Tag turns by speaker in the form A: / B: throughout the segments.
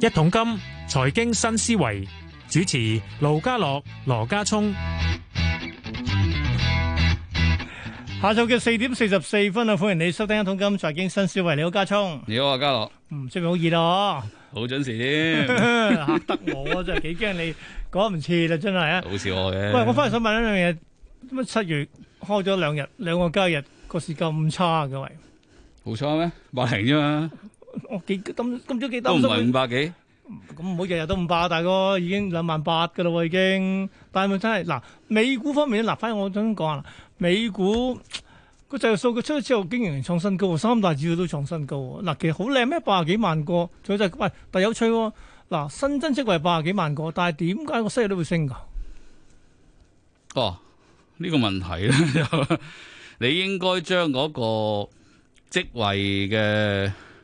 A: 一桶金財經新思維主持盧家樂、羅家聰。
B: 下晝嘅四點四十四分啊，歡迎你收聽《一桶金財經新思維》，你好，家聰，
C: 你好啊，家樂，
B: 唔出面好熱咯，
C: 好準時 添，
B: 嚇得我啊真係幾驚你講唔切啦，真係啊！
C: 好笑我嘅。
B: 喂，我翻嚟想問一樣嘢，乜七月開咗兩日兩個交易日，個市咁差嘅喂，
C: 好彩咩？百零啫嘛，
B: 我幾今今朝幾
C: 都唔
B: 擔
C: 係五
B: 心，
C: 百幾。
B: 咁唔好日日都五百，大哥已經兩萬八嘅啦喎已經，但係問真係嗱，美股方面嗱，反而我想講啊，美股。個就業數據出咗之後，經營創新高喎，三大指數都創新高喎。嗱，其實好靚咩？八十幾萬個，仲有就係、喂，但有趣喎。嗱，新增職位八十幾萬個，但係點解個失業率會升㗎？
C: 哦，呢、個問題咧， 就你應該將嗰個職位嘅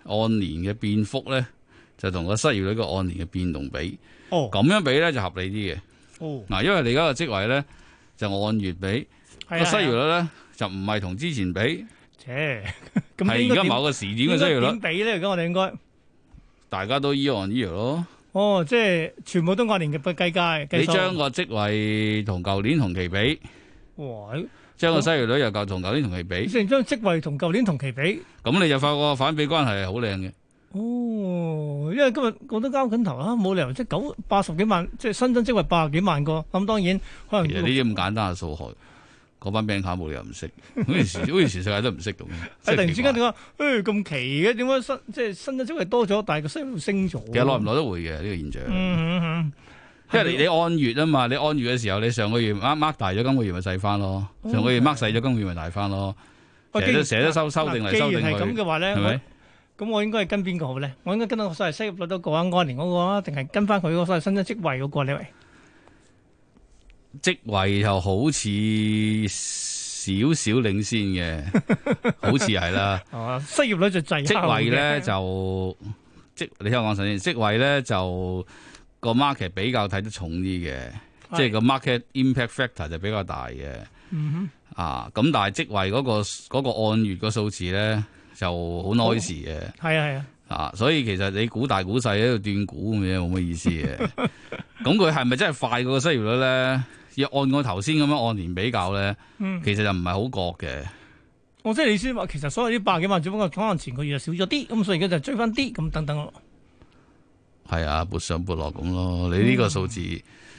C: 按年嘅變幅咧，就同個失業率嘅按年嘅變動比，
B: 哦，
C: 咁樣比咧就合理啲嘅。
B: 哦，
C: 嗱，因為你而家個職位咧就按月比，個
B: 係啊，
C: 失業
B: 係啊，
C: 率咧就唔係同之前比，
B: 切，咁
C: 係
B: 應該
C: 而家
B: 點
C: 某個時點嘅失業
B: 應該點
C: 率，
B: 比咧？而家我哋應該，
C: 大家都 year on year 咯。
B: 哦，即係全部都按年嘅計計計
C: 你
B: 數
C: 將個職位同舊年同期比。
B: 哇，
C: 將個失業率又夠同舊年同期比，
B: 成將職位同舊年同期比，
C: 咁你就發覺反比關係係好靚嘅。
B: 哦，因為今日我都交緊頭啦，冇理由即係九八十幾萬，即係新增職位八十幾萬個，咁當然可
C: 其實
B: 能
C: 呢啲咁簡單嘅數學，嗰班 bank 卡冇理由 唔識，好似全好似全世界都唔識咁。即
B: 係
C: 係
B: 突
C: 啊
B: 然之間
C: 奇
B: 點
C: 怪
B: 解？誒咁奇嘅？點解新即係新嘅職位多咗，但係個收入升咗？
C: 其實耐唔耐都會嘅呢個現象，
B: 嗯嗯
C: 因為你你按月啊嘛，你按月嘅時候，你上個月呃 mark mark 大咗，今個月咪細翻咯；
B: 哦
C: 上個月 mark 細咗，今個月咪大翻咯。
B: 嗯，
C: 成日都成日都修修訂嚟修訂
B: 既然係咁
C: 去，
B: 嘅話咧，
C: 係咪
B: 我？咁我應該係跟邊個好咧？我應該跟到所謂失業率都過啊，按年嗰個啊，定係跟翻佢嗰個所謂新增職位嗰個呢？喂，
C: 職位又好似少少領先 嘅，好似係啦。
B: 哦，失業率就滯後嘅
C: 職位咧就職，你聽我講首先，職位咧就個 market 比較睇得重啲嘅，
B: 係
C: 即係個 market impact factor 就比較大嘅。
B: 嗯
C: 啊，咁但係職位嗰、個嗰個按月個數字咧就好 noisy 嘅。
B: 哼，係啊係啊，
C: 啊，所以其實你估大估細喺度斷估咁樣冇乜意 思嘅。咁佢係咪真係快過個失業率咧？要按我頭先咁樣按年比較咧，
B: 嗯，
C: 其實就唔係好覺嘅。
B: 我哦即係你先話，其實所有啲百幾萬，只不過可能前個月就少咗啲，咁所以而家就追翻啲咁等等咯。
C: 係啊，撥上撥落咁咯。你呢個數字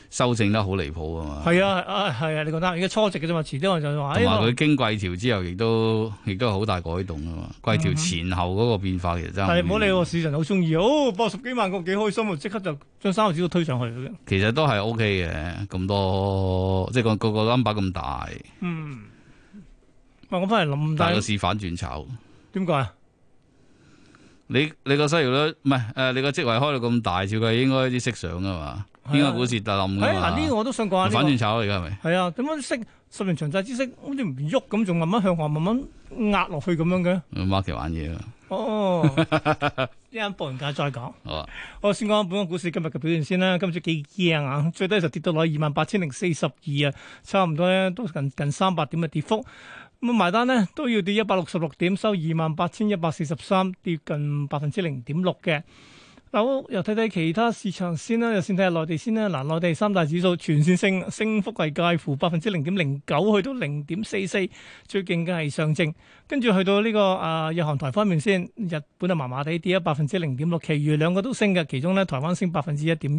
C: 修正得好離譜啊嘛。
B: 係啊啊係啊，你覺得而家初值嘅啫嘛，遲啲我就話，
C: 同
B: 哎
C: 埋佢經季調之後，亦都亦都有好大改動啊嘛。季調前後嗰個變化其實真係好
B: 但係唔好理
C: 遠
B: 喎，市場好中意，
C: 嗯
B: 哦，八十幾萬個幾開心喎，即刻就將三個指數推上去嘅。
C: 其實都係 O K 嘅，咁多即係個個個 number 咁大，
B: 嗯，喂，我翻嚟諗，
C: 但係
B: 但
C: 個
B: 係
C: 市反轉炒。
B: 點解啊？
C: 你你個失業率唔係誒，你個職位開到咁大，照計應該啲息上噶嘛，
B: 係啊
C: 應該股市特冧
B: 哎
C: 噶
B: 嗱，呢個
C: 嘛。
B: 我都想講下
C: 嗯啊反
B: 呢
C: 轉炒嚟㗎係咪？
B: 個係啊，點解息十年長債孳息好似唔喐咁，仲慢慢向下慢慢壓落去咁樣嘅？
C: market 玩嘢啊，
B: 哦，一陣報完價再講。
C: 好啊。
B: 我先講本港股市今日嘅表現先啦，今朝幾驚啊，最低就跌到落二萬八千零四十二啊，差唔多咧都近近三百點嘅跌幅。咁埋單呢都要跌一百六十六點，收二萬八千一百四十三，跌近百分之零點六嘅。嗱，好又睇睇其他市場先啦，又先睇下內地先啦。嗱，內地三大指數全線升，升幅係介乎百分之零點零九去到零點四四，最勁嘅係上證。跟住去到呢、個啊、日韓台方面先，日本啊麻麻地跌咗百分之零點六，其餘兩個都升嘅，其中咧台灣升百分之一點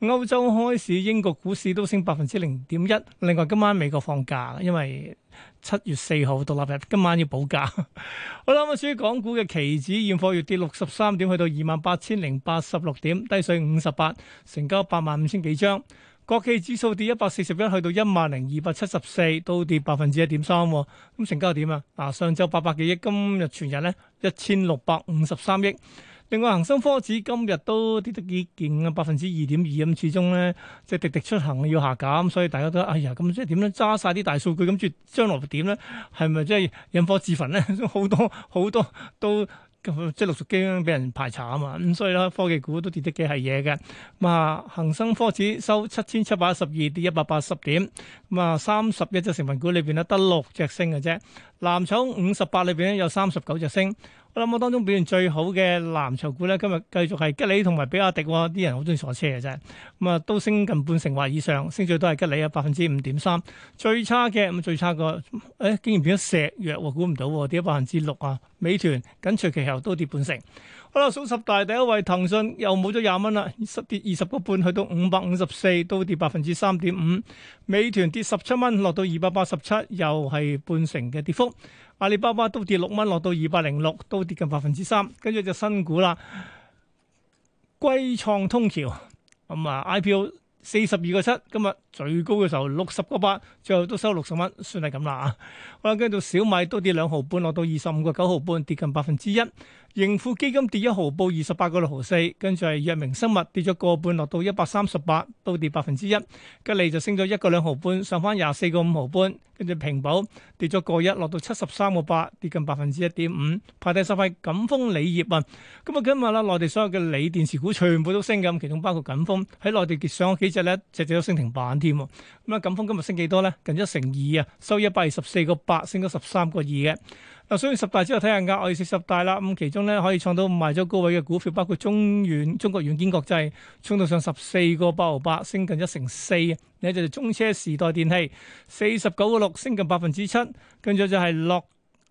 B: 一，歐洲開市，英國股市都升百分之零點一。另外今晚美國放假，因為七月四號獨立日，今晚要補假。 好啦，咁至於港股嘅期指現貨月跌六十三點，去到二萬八千零八十六點，低水五十八，成交八萬五千幾張。國企指數跌一百四十一，去到一萬零二百七十四，都跌百分之一點三。咁成交點啊？嗱，上晝八百幾億，今日全日咧一千六百五十三億。另外，恒生科指今日都跌得幾勁啊，百分之二點二咁，始終咧即係滴滴出行要下減，所以大家都哎呀咁即係點咧？揸晒啲大數據，咁住將來點咧？係咪即係引火自焚咧？ 好多好多都即係陸續基俾人排查啊嘛，咁所以咧科技股都跌得幾係嘢嘅。咁啊，恒生科指收七千七百一十二，跌一百八十點。咁啊，三十一隻成分股裏邊咧得六隻升嘅啫。藍籌五十八裏邊咧有三十九隻升，我諗我當中表現最好嘅藍籌股咧，今日繼續係吉利同埋比亞迪喎，啲人好中意坐車嘅啫。咁啊，都升近半成或以上，升最多係吉利啊，百分之五點三。最差嘅咁啊最差個，誒竟然變咗石藥喎，估唔到喎，跌咗百分之六啊。美團緊隨其後都跌半成。好啦，數十大第一位騰訊又冇咗廿蚊啦，十跌二十個半，去到五百五十四，都跌百分之三點五。美團跌十七蚊，落到二百八十七，又係半成嘅跌幅。阿里巴巴都跌六蚊，落到二百零六，都跌近百分之三。跟住就新股啦，歸創通橋咁啊 IPO 四十二個七，今日最高嘅時候六十個八，最後都收六十蚊，算係咁啦。好啦，跟住到小米都跌兩毫半，落到二十五個九毫半，跌近百分之一。盈富基金跌一毫，報二十八個六毫四，跟住係藥明生物跌咗個半，落到一百三十八，都跌百分之一。吉利就升咗一個兩毫半，上翻廿四個五毫半，跟住平保跌咗個一，落到七十三個八，跌近百分之一點五。排第十係錦豐鋰業啊，咁啊今日啦，內地所有嘅鋰電池股全部都升嘅，咁其中包括錦豐喺內地上咗幾隻咧，隻隻都升停板添喎。咁啊，錦豐今日升幾多咧？近一成二啊，收一百二十四個八，升咗十三個二嘅。嗱，所以十大之後睇下額外四十大啦，咁其中咧可以創到賣咗高位嘅股票，包括中遠、中國軟件國際，衝到上十四個八毫八，升近一成四。另一隻就中車時代電器，四十九個六，升近百分之七。跟住就係樂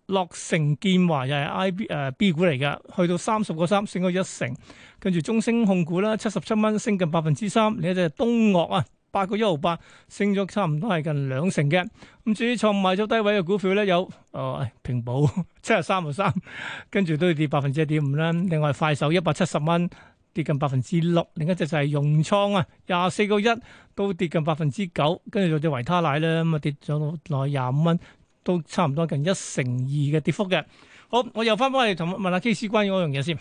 B: 樂城建華又係 I B 誒 B 股嚟㗎，去到三十個三，升咗一成。跟住中升控股啦，七十七蚊，升近百分之三。另一隻就東嶽啊。八個一毫八，升咗差唔多係近兩成嘅。咁至於創賣咗低位嘅股票咧，有誒、呃、平保 七十三毫三，跟住都要跌百分之一點五啦。另外快手一百七十蚊，跌近百分之六。另一隻就係融創啊，廿四個一都跌近百分之九。跟住仲有隻維他奶咧，咁啊跌咗落廿五蚊，都差唔多近一成二嘅跌幅嘅。好，我又翻返嚟同問下 K 師關於嗰樣嘢先。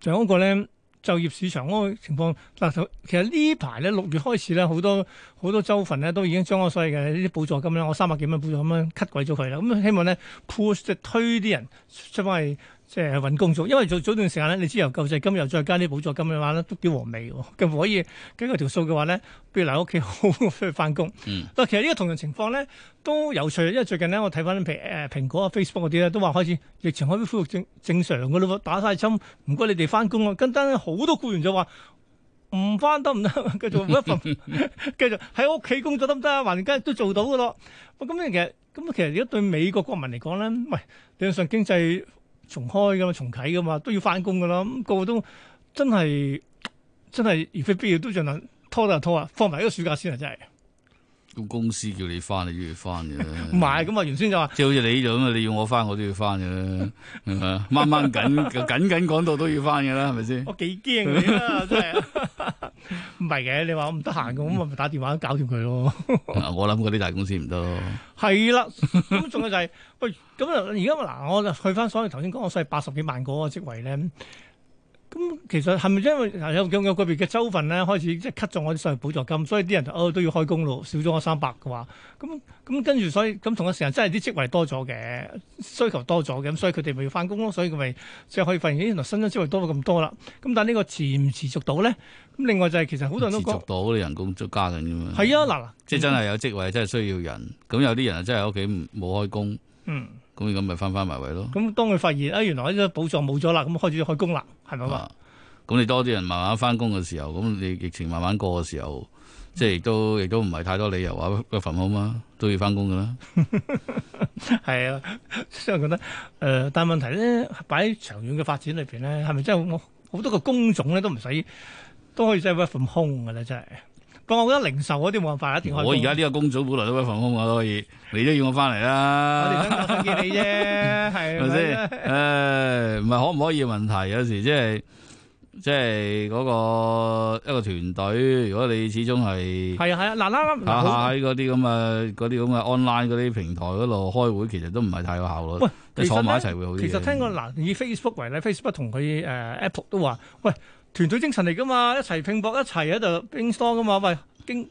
B: 仲有嗰個咧。就業市場嗰個情況，嗱，其實呢排咧六月開始咧，好多好多州份咧都已經將我所謂嘅呢啲補助金咧，我三百幾蚊補助金咧 cut 鬼咗佢啦。咁希望咧 push 即係推啲人出翻去即係揾工做，因為早早段時間咧，你知由救濟金又再加啲補助金嘅話咧，都幾和味喎。 咁可以計個條數嘅話咧，不如留喺屋企 好好去翻工。
C: 嗯
B: 嗱，其實呢個同樣情況咧都有趣，因為最近咧我睇翻譬如誒蘋果啊、Facebook 嗰啲咧，都話開始疫情開始恢復正正常嘅咯喎，打晒針，唔該你哋翻工啊。跟單好多僱員就話唔翻得唔得， 繼續一份，繼續喺屋企工作得唔得啊？還間都做到嘅咯。喂咁其實咁其實而家對美國國民嚟講咧，喂理論上經濟重開噶嘛，重啟噶嘛，都要翻工噶啦。咁個個都真係真係如非必要都盡量拖就拖啊，放埋呢個暑假先啊，真係。
C: 咁公司叫你翻，你都要翻 嘅。
B: 唔係咁啊，原先就話
C: 即係好似你咁啊，你要我翻，我都要翻嘅 啦，係咪啊掹掹緊緊緊講到都要翻嘅啦，係咪先？
B: 我幾驚你啦，真係。唔係嘅，你話我唔得閒嘅，咁我咪打電話搞掂佢咯。
C: 啊我諗嗰啲大公司唔得咯。
B: 係啦，咁仲有就係、喂，咁啊，而家嗱，我就去翻所謂頭先講，我所謂八十幾萬嗰個職位咧。咁其實係咪因為嗱有有有個別嘅州份咧開始即係 cut 咗我啲所謂補助金，所以啲人就哦都要開工咯，少咗我三百嘅話，咁咁跟住所以咁同一時間真係啲職位多咗嘅，需求多咗嘅，咁所以佢哋咪要翻工咯，所以佢咪即係可以發現咦原來新增職位多咗咁多啦。咁但係呢個持唔持續到咧？咁另外就係、其實好多人
C: 持
B: 都
C: 續
B: 講
C: 到啲人工都加緊㗎嘛。
B: 係啊，嗱嗱，
C: 即係真係有職位，真係需要人。咁有啲人啊真係喺屋企唔冇開工，
B: 嗯。
C: 咁咁咪翻翻埋位咯。
B: 咁當佢發現啊，原來呢啲補助冇咗啦，咁開始開工啦，係咪嘛？
C: 啊咁你多啲人慢慢翻工嘅時候，咁你疫情慢慢過嘅時候，即係亦都亦都唔係太多理由話不份好嘛，啊都要翻工噶啦。
B: 係啊， 所以我覺得誒、呃但係問題咧，擺喺長遠嘅發展裏邊咧，係咪真係好好多個工種咧都唔使都可以真係 work from home 嘅咧？真係。不過我覺得零售嗰啲冇辦法，一定開工。
C: 我而家呢個工組本來都不份工啊我都可以，你都要我翻嚟
B: 我哋
C: 啦。
B: 想想見你啫， 係
C: 係咪
B: 咪先？
C: 先？誒，唔係可唔可以嘅問題，有時即係即係嗰個一個團隊，如果你始終係
B: 係啊係啊，嗱啦嗱
C: 下下
B: 好，
C: 喺嗰啲咁嘅嗰啲咁嘅 online 嗰啲平台嗰度開會，其實都唔係太有效率
B: 喂。
C: 即係坐埋一
B: 其實
C: 齊會好啲嘅。
B: 其實聽過嗱，以 Facebook 為例，Facebook 同佢誒呃 Apple 都話，喂，團隊精神嚟噶嘛，一齊拼搏，一齊喺度 brainstorm 噶嘛，喂，經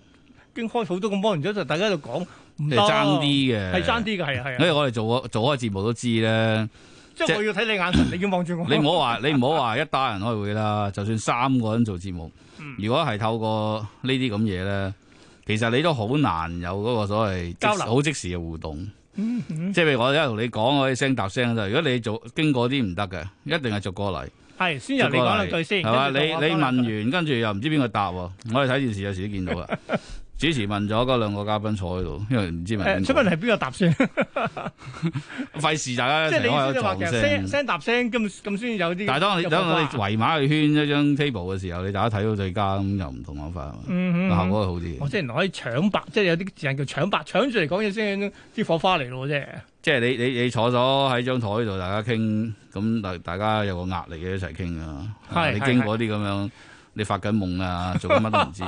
B: 經開好多個 mon 咗，就大家喺度講唔
C: 即
B: 得，
C: 係爭啲嘅，
B: 係爭。啲嘅，係啊係啊，
C: 因為我哋做過做開節目都知咧，
B: 即
C: 即
B: 係我要睇你眼神，你要望 住我。
C: 你唔好話你唔好話一打人開會啦，就算三個人做節目，
B: 嗯
C: 如果係透過呢啲咁嘢咧，其實你都好難有嗰個所謂即
B: 交流
C: 好即時嘅互動。
B: 嗯嗯，
C: 即係譬如我而家同你講，我啲聲搭聲就，如果你做經過啲唔得嘅，一定係逐過嚟。
B: 係先由你講兩句先，
C: 係嘛？
B: 跟
C: 你
B: 住到我
C: 你
B: 講兩句
C: 問完，跟住又唔知邊個答喎。我哋睇電視有時都見到 啦。主持問咗嗰兩個嘉賓坐喺度，因為唔知問
B: 誒
C: 邊
B: 出問
C: 個。
B: 題邊個答 先？即
C: 費事大家
B: 係
C: 成
B: 你
C: 日
B: 意思
C: 喺
B: 就
C: 度
B: 話
C: 撞
B: 其實聲
C: 聲。
B: 聲搭聲咁咁先有啲。
C: 但係當你
B: 有火
C: 等我哋
B: 花
C: 圍埋去圈一張 table 嘅時候，你大家睇到對家咁又唔同講法，
B: 嗯嗯
C: 效
B: 嗯
C: 果係好啲
B: 我
C: 嘅。
B: 即係可以搶白，即係有啲字眼叫搶白，搶住嚟講嘢先啲火花嚟咯，即係。
C: 即係你你你坐咗喺張台度，大家傾，咁大大家有個壓力嘅一齊傾啊。
B: 係
C: 啊你
B: 係
C: 經過啲咁樣，你發緊夢啊，做緊乜都唔 知。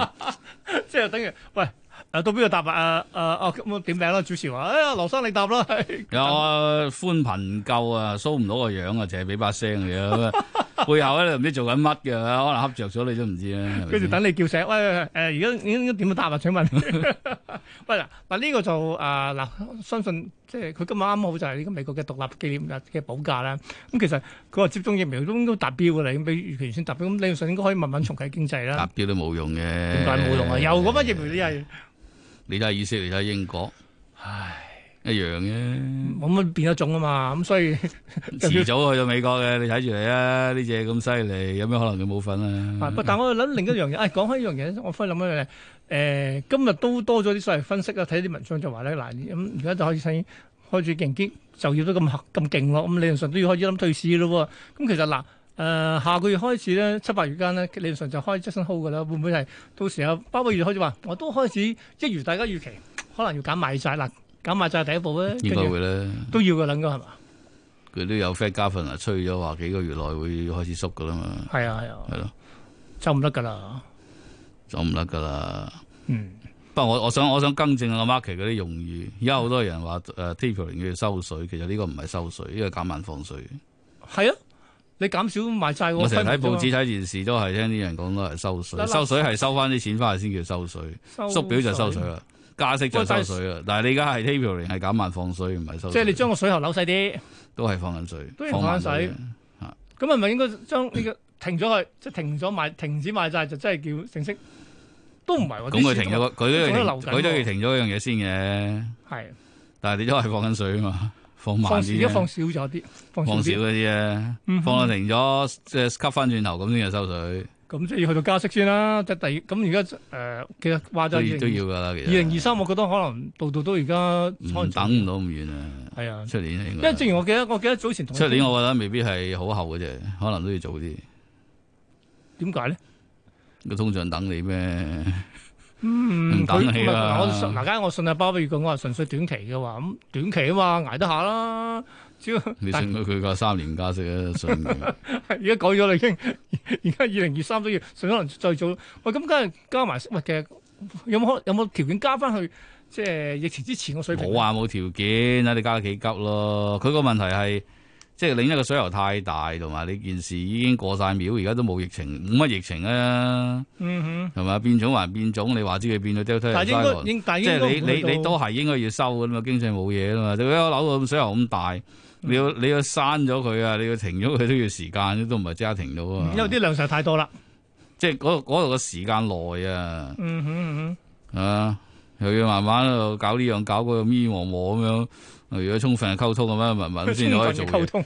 B: 即係等於喂，誒到邊度答啊？誒誒哦，咁我點名啦？主持話：哎呀，羅生你答啦。係
C: 有啊，寬頻唔夠啊，show 唔到個樣啊，淨係俾把聲你啊， 背後咧你唔知做緊乜嘅，可能恰着咗你都唔知啊。係咪
B: 跟住
C: 先
B: 等你叫醒，喂誒，而家應該點答啊？請問， 喂嗱嗱呢個就誒嗱、相信即係佢今日啱好就係呢個美國嘅獨立紀念日嘅保價啦。咁其實佢話接種疫苗都應該達標㗎啦，咁比預期先達標。咁理論上應該可以慢慢重啟經濟
C: 搭
B: 啦。
C: 標都冇用嘅，
B: 點
C: 點
B: 解冇用啊？又嗰班疫苗你係
C: 你睇以色列，睇英國，唉，一樣嘅，
B: 冇乜變咗種啊嘛，咁所以
C: 遲早去到美國嘅，你睇住嚟啊！呢只咁犀利，有咩可能佢冇份
B: 啊
C: 啊？
B: 不，但我諗另一樣嘢，啊講開一樣嘢，我忽然諗起咧，誒、今日都多咗啲所謂分析啊啦，睇啲文章就話咧，嗱咁而家就開始睇開始勁啲，就業都咁嚇咁勁咯，咁理論上都要開始諗退市咯喎，咁其實嗱。誒、下個月開始咧，七八月間咧，理論上就開 Jackson Hole 噶啦，會唔會係到時候包個月開始話，我都開始一如大家預期，可能要減買債啦，減買債係第一步咧，
C: 應
B: 跟
C: 該
B: 住
C: 會啦，
B: 都要噶啦，應該係嘛？
C: 佢都有 Fed Governor 啊吹咗話幾個月內會開始縮噶啦嘛，
B: 係啊係啊，
C: 係咯，
B: 就唔得噶啦，
C: 就唔得噶啦。
B: 嗯，
C: 不過我我想我想更正阿 Mark 嗰啲用語，而家好多人話誒 tapering 叫收水，其實呢個唔係收水，呢個減慢放水。
B: 係啊，你減少買債喎
C: 我成日
B: 分
C: 睇
B: 唔
C: 報
B: 到
C: 紙睇電視都係聽啲人講都係收水
B: 嗱，嗱
C: 收水係收翻啲錢翻嚟先叫收水，
B: 收
C: 縮表就收水啦，加息就
B: 喂但
C: 收
B: 係
C: 水啦。但係你而家係 tapering 係減慢放水，唔係收水。
B: 即係你將個水喉扭細啲，
C: 都係放緊水
B: 都，係
C: 放慢
B: 放緊
C: 水
B: 水。咁係咪應該將呢個停咗 佢，即係停咗買，停止買債就真係叫正式，都唔係喎。
C: 咁佢停咗，佢都要
B: 仲喺
C: 停
B: 度流緊喎
C: 佢都要停咗一樣嘢先嘅。
B: 係
C: 但係你都係放緊水啊嘛，放慢
B: 放少，而
C: 啲
B: 家
C: 啫
B: 放少咗啲，放少
C: 放少
B: 啲，
C: 嗰啲啊，
B: 嗯
C: 放到停咗，即係吸翻轉頭咁先叫收水。
B: 咁即係要去到加息先啦。即係第咁而家誒，其實話就
C: 都要都
B: 二
C: 要噶啦，其
B: 零
C: 實
B: 二三，我覺得可能度度都而家可能
C: 唔等唔到咁遠啊，
B: 係啊，
C: 出年應
B: 因
C: 該
B: 為正如我記得，我記得早前同
C: 出年我覺得未必係好後嘅啫，可能都要早啲。
B: 點解咧？
C: 個通脹等你 咩？
B: 嗯，
C: 唔等
B: 佢
C: 你
B: 唔係
C: 啦
B: 嗱，我信嗱，梗係我信阿包比講，我話純粹短期嘅話，咁短期啊嘛，捱得下啦。只要
C: 你
B: 但
C: 信佢佢個三年加息啊？信佢
B: 而家改咗啦，已經 而家二零二三都要，甚至可能再早。喂，咁梗係加埋喂嘅，有冇可有冇條件加翻去即係疫情之前嘅水平？
C: 冇啊話冇條件啊！你加得幾急咯？佢個問題係即係另一個水喉太大，同埋你件事已經過晒秒，而家都冇疫情，冇乜疫情啊，
B: 嗯哼，
C: 係咪變種還變種，你話知佢變咗 Delta
B: 但係應
C: Variant
B: 該應但係
C: 即
B: 應
C: 係
B: 該
C: 你你你都係應該要收噶嘛，經濟冇嘢啦嘛，你一樓到咁水喉咁大，你要你要閂咗佢啊，你要停咗佢都要時間，都唔係即刻停到啊。
B: 因為啲量實在太多啦。
C: 即係嗰嗰度嘅時間耐啊，
B: 嗯哼嗯
C: 啊又要慢慢喺度搞呢樣搞嗰樣，咪磨磨咁樣。如果充分嘅溝通咁樣，文文
B: 哼，
C: 先
B: 充
C: 可以
B: 分
C: 做
B: 嘅溝
C: 嘢。
B: 通，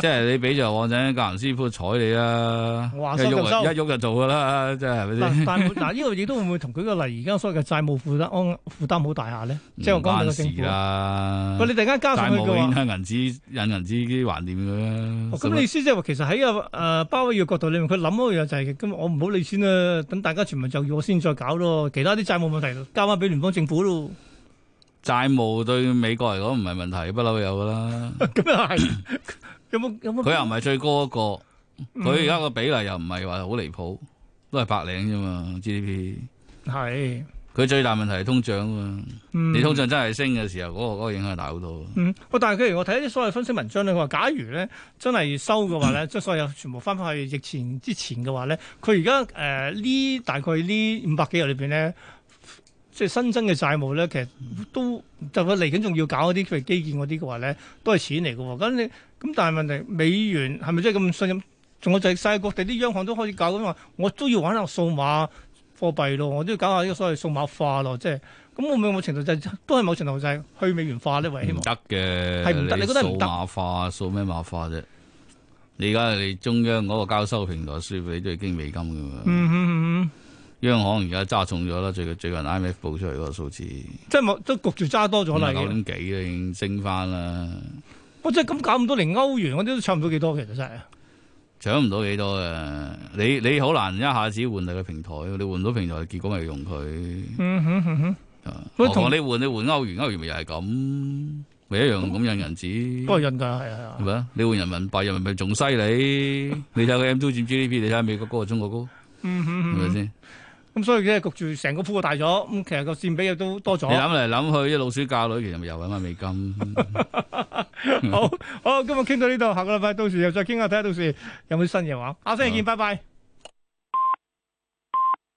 C: 即係你俾就往陣間格林師傅睬你啦，一
B: 話收就收
C: 喐一喐就做噶啦，即係係咪
B: 嗱
C: 先？
B: 但嗱呢個亦都會唔會同舉個例，而家所謂嘅債務負擔安負擔好大下咧？即係我
C: 唔
B: 講緊
C: 關
B: 個政
C: 事
B: 府。
C: 啦
B: 喂，，你突然間加上
C: 債
B: 去
C: 務
B: 嘅
C: 影
B: 話，
C: 響銀紙引銀紙啲還掂嘅啦
B: 哦。咁你意思即係話其實喺個誒包威嘅角度裏面，佢諗嗰樣就係、咁我唔好理先啦，等大家全民就業我先再搞咯，其他啲債務問題交翻俾聯邦政府咯。
C: 債務對美國嚟講唔係問題，不嬲有噶啦。
B: 咁又係有冇有冇？
C: 佢又唔係最高一個，
B: 嗯
C: 佢而家個比例又唔係話好離譜，都係白領啫嘛 GDP。
B: 係，
C: 佢最大問題係通脹啊嘛，
B: 嗯
C: 你通脹真係升嘅時候，嗰、個嗰個影響大好多。
B: 嗯，喂但係譬如我睇一啲所謂分析文章咧，佢話假如咧真係收嘅話咧，即係所有全部翻返去疫情之前嘅話咧，佢而家誒呢大概呢五百幾日裏邊咧，即係新增嘅債務咧，其實都就佢嚟緊仲要搞嗰啲譬如基建嗰啲嘅話咧，都係錢嚟嘅喎。咁你咁但係問題美元係咪真係咁信任？仲有就係世界各地啲央行都開始搞咁話，我都要玩下數碼貨幣咯，我都要搞下呢個所謂數碼化咯，即係咁我咪某程度就係都係某程度就係去美元化呢為希
C: 唔
B: 望。
C: 得嘅，
B: 係唔得你覺得唔
C: 數
B: 得
C: 碼化數咩碼化啫？你而家你中央嗰個交收平台輸俾你都係經美金噶嘛？
B: 嗯哼嗯嗯，
C: 央行而家揸重咗啦，最近最近 IMF 報出嚟嗰個數字，
B: 即係冇都焗住揸多咗
C: 咁
B: 啦
C: 啊
B: 已
C: 九
B: 經。
C: 點幾啦，已經升翻啦，
B: 我真係咁搞咁多，連歐元嗰啲都差唔到幾多，其實真係。
C: 搶唔到幾多嘅。你你好難一下子換你個平台，你換到平台，結果咪用佢。
B: 嗯哼嗯哼，
C: 啊何
B: 喂同
C: 況你換你換歐元，歐元咪又係咁，咪一樣咁印銀紙。
B: 都係印㗎，係啊係啊
C: 係。咪啊？你換人民幣，人民幣仲犀利。你睇佢 M2 佔 GDP，你睇下美國高啊過中國高，
B: 嗯哼
C: 係
B: 嗯
C: 咪
B: 哼
C: 先？
B: 咁所以咧焗住成個鋪大咗，咁其實個佔比亦都多咗
C: 你。諗嚟諗去，啲老鼠嫁女，其實咪又揾翻美金。
B: 好好，今日傾到呢度，下個禮拜到時又再傾下，睇下到時有冇新嘢玩。下星期見，拜拜。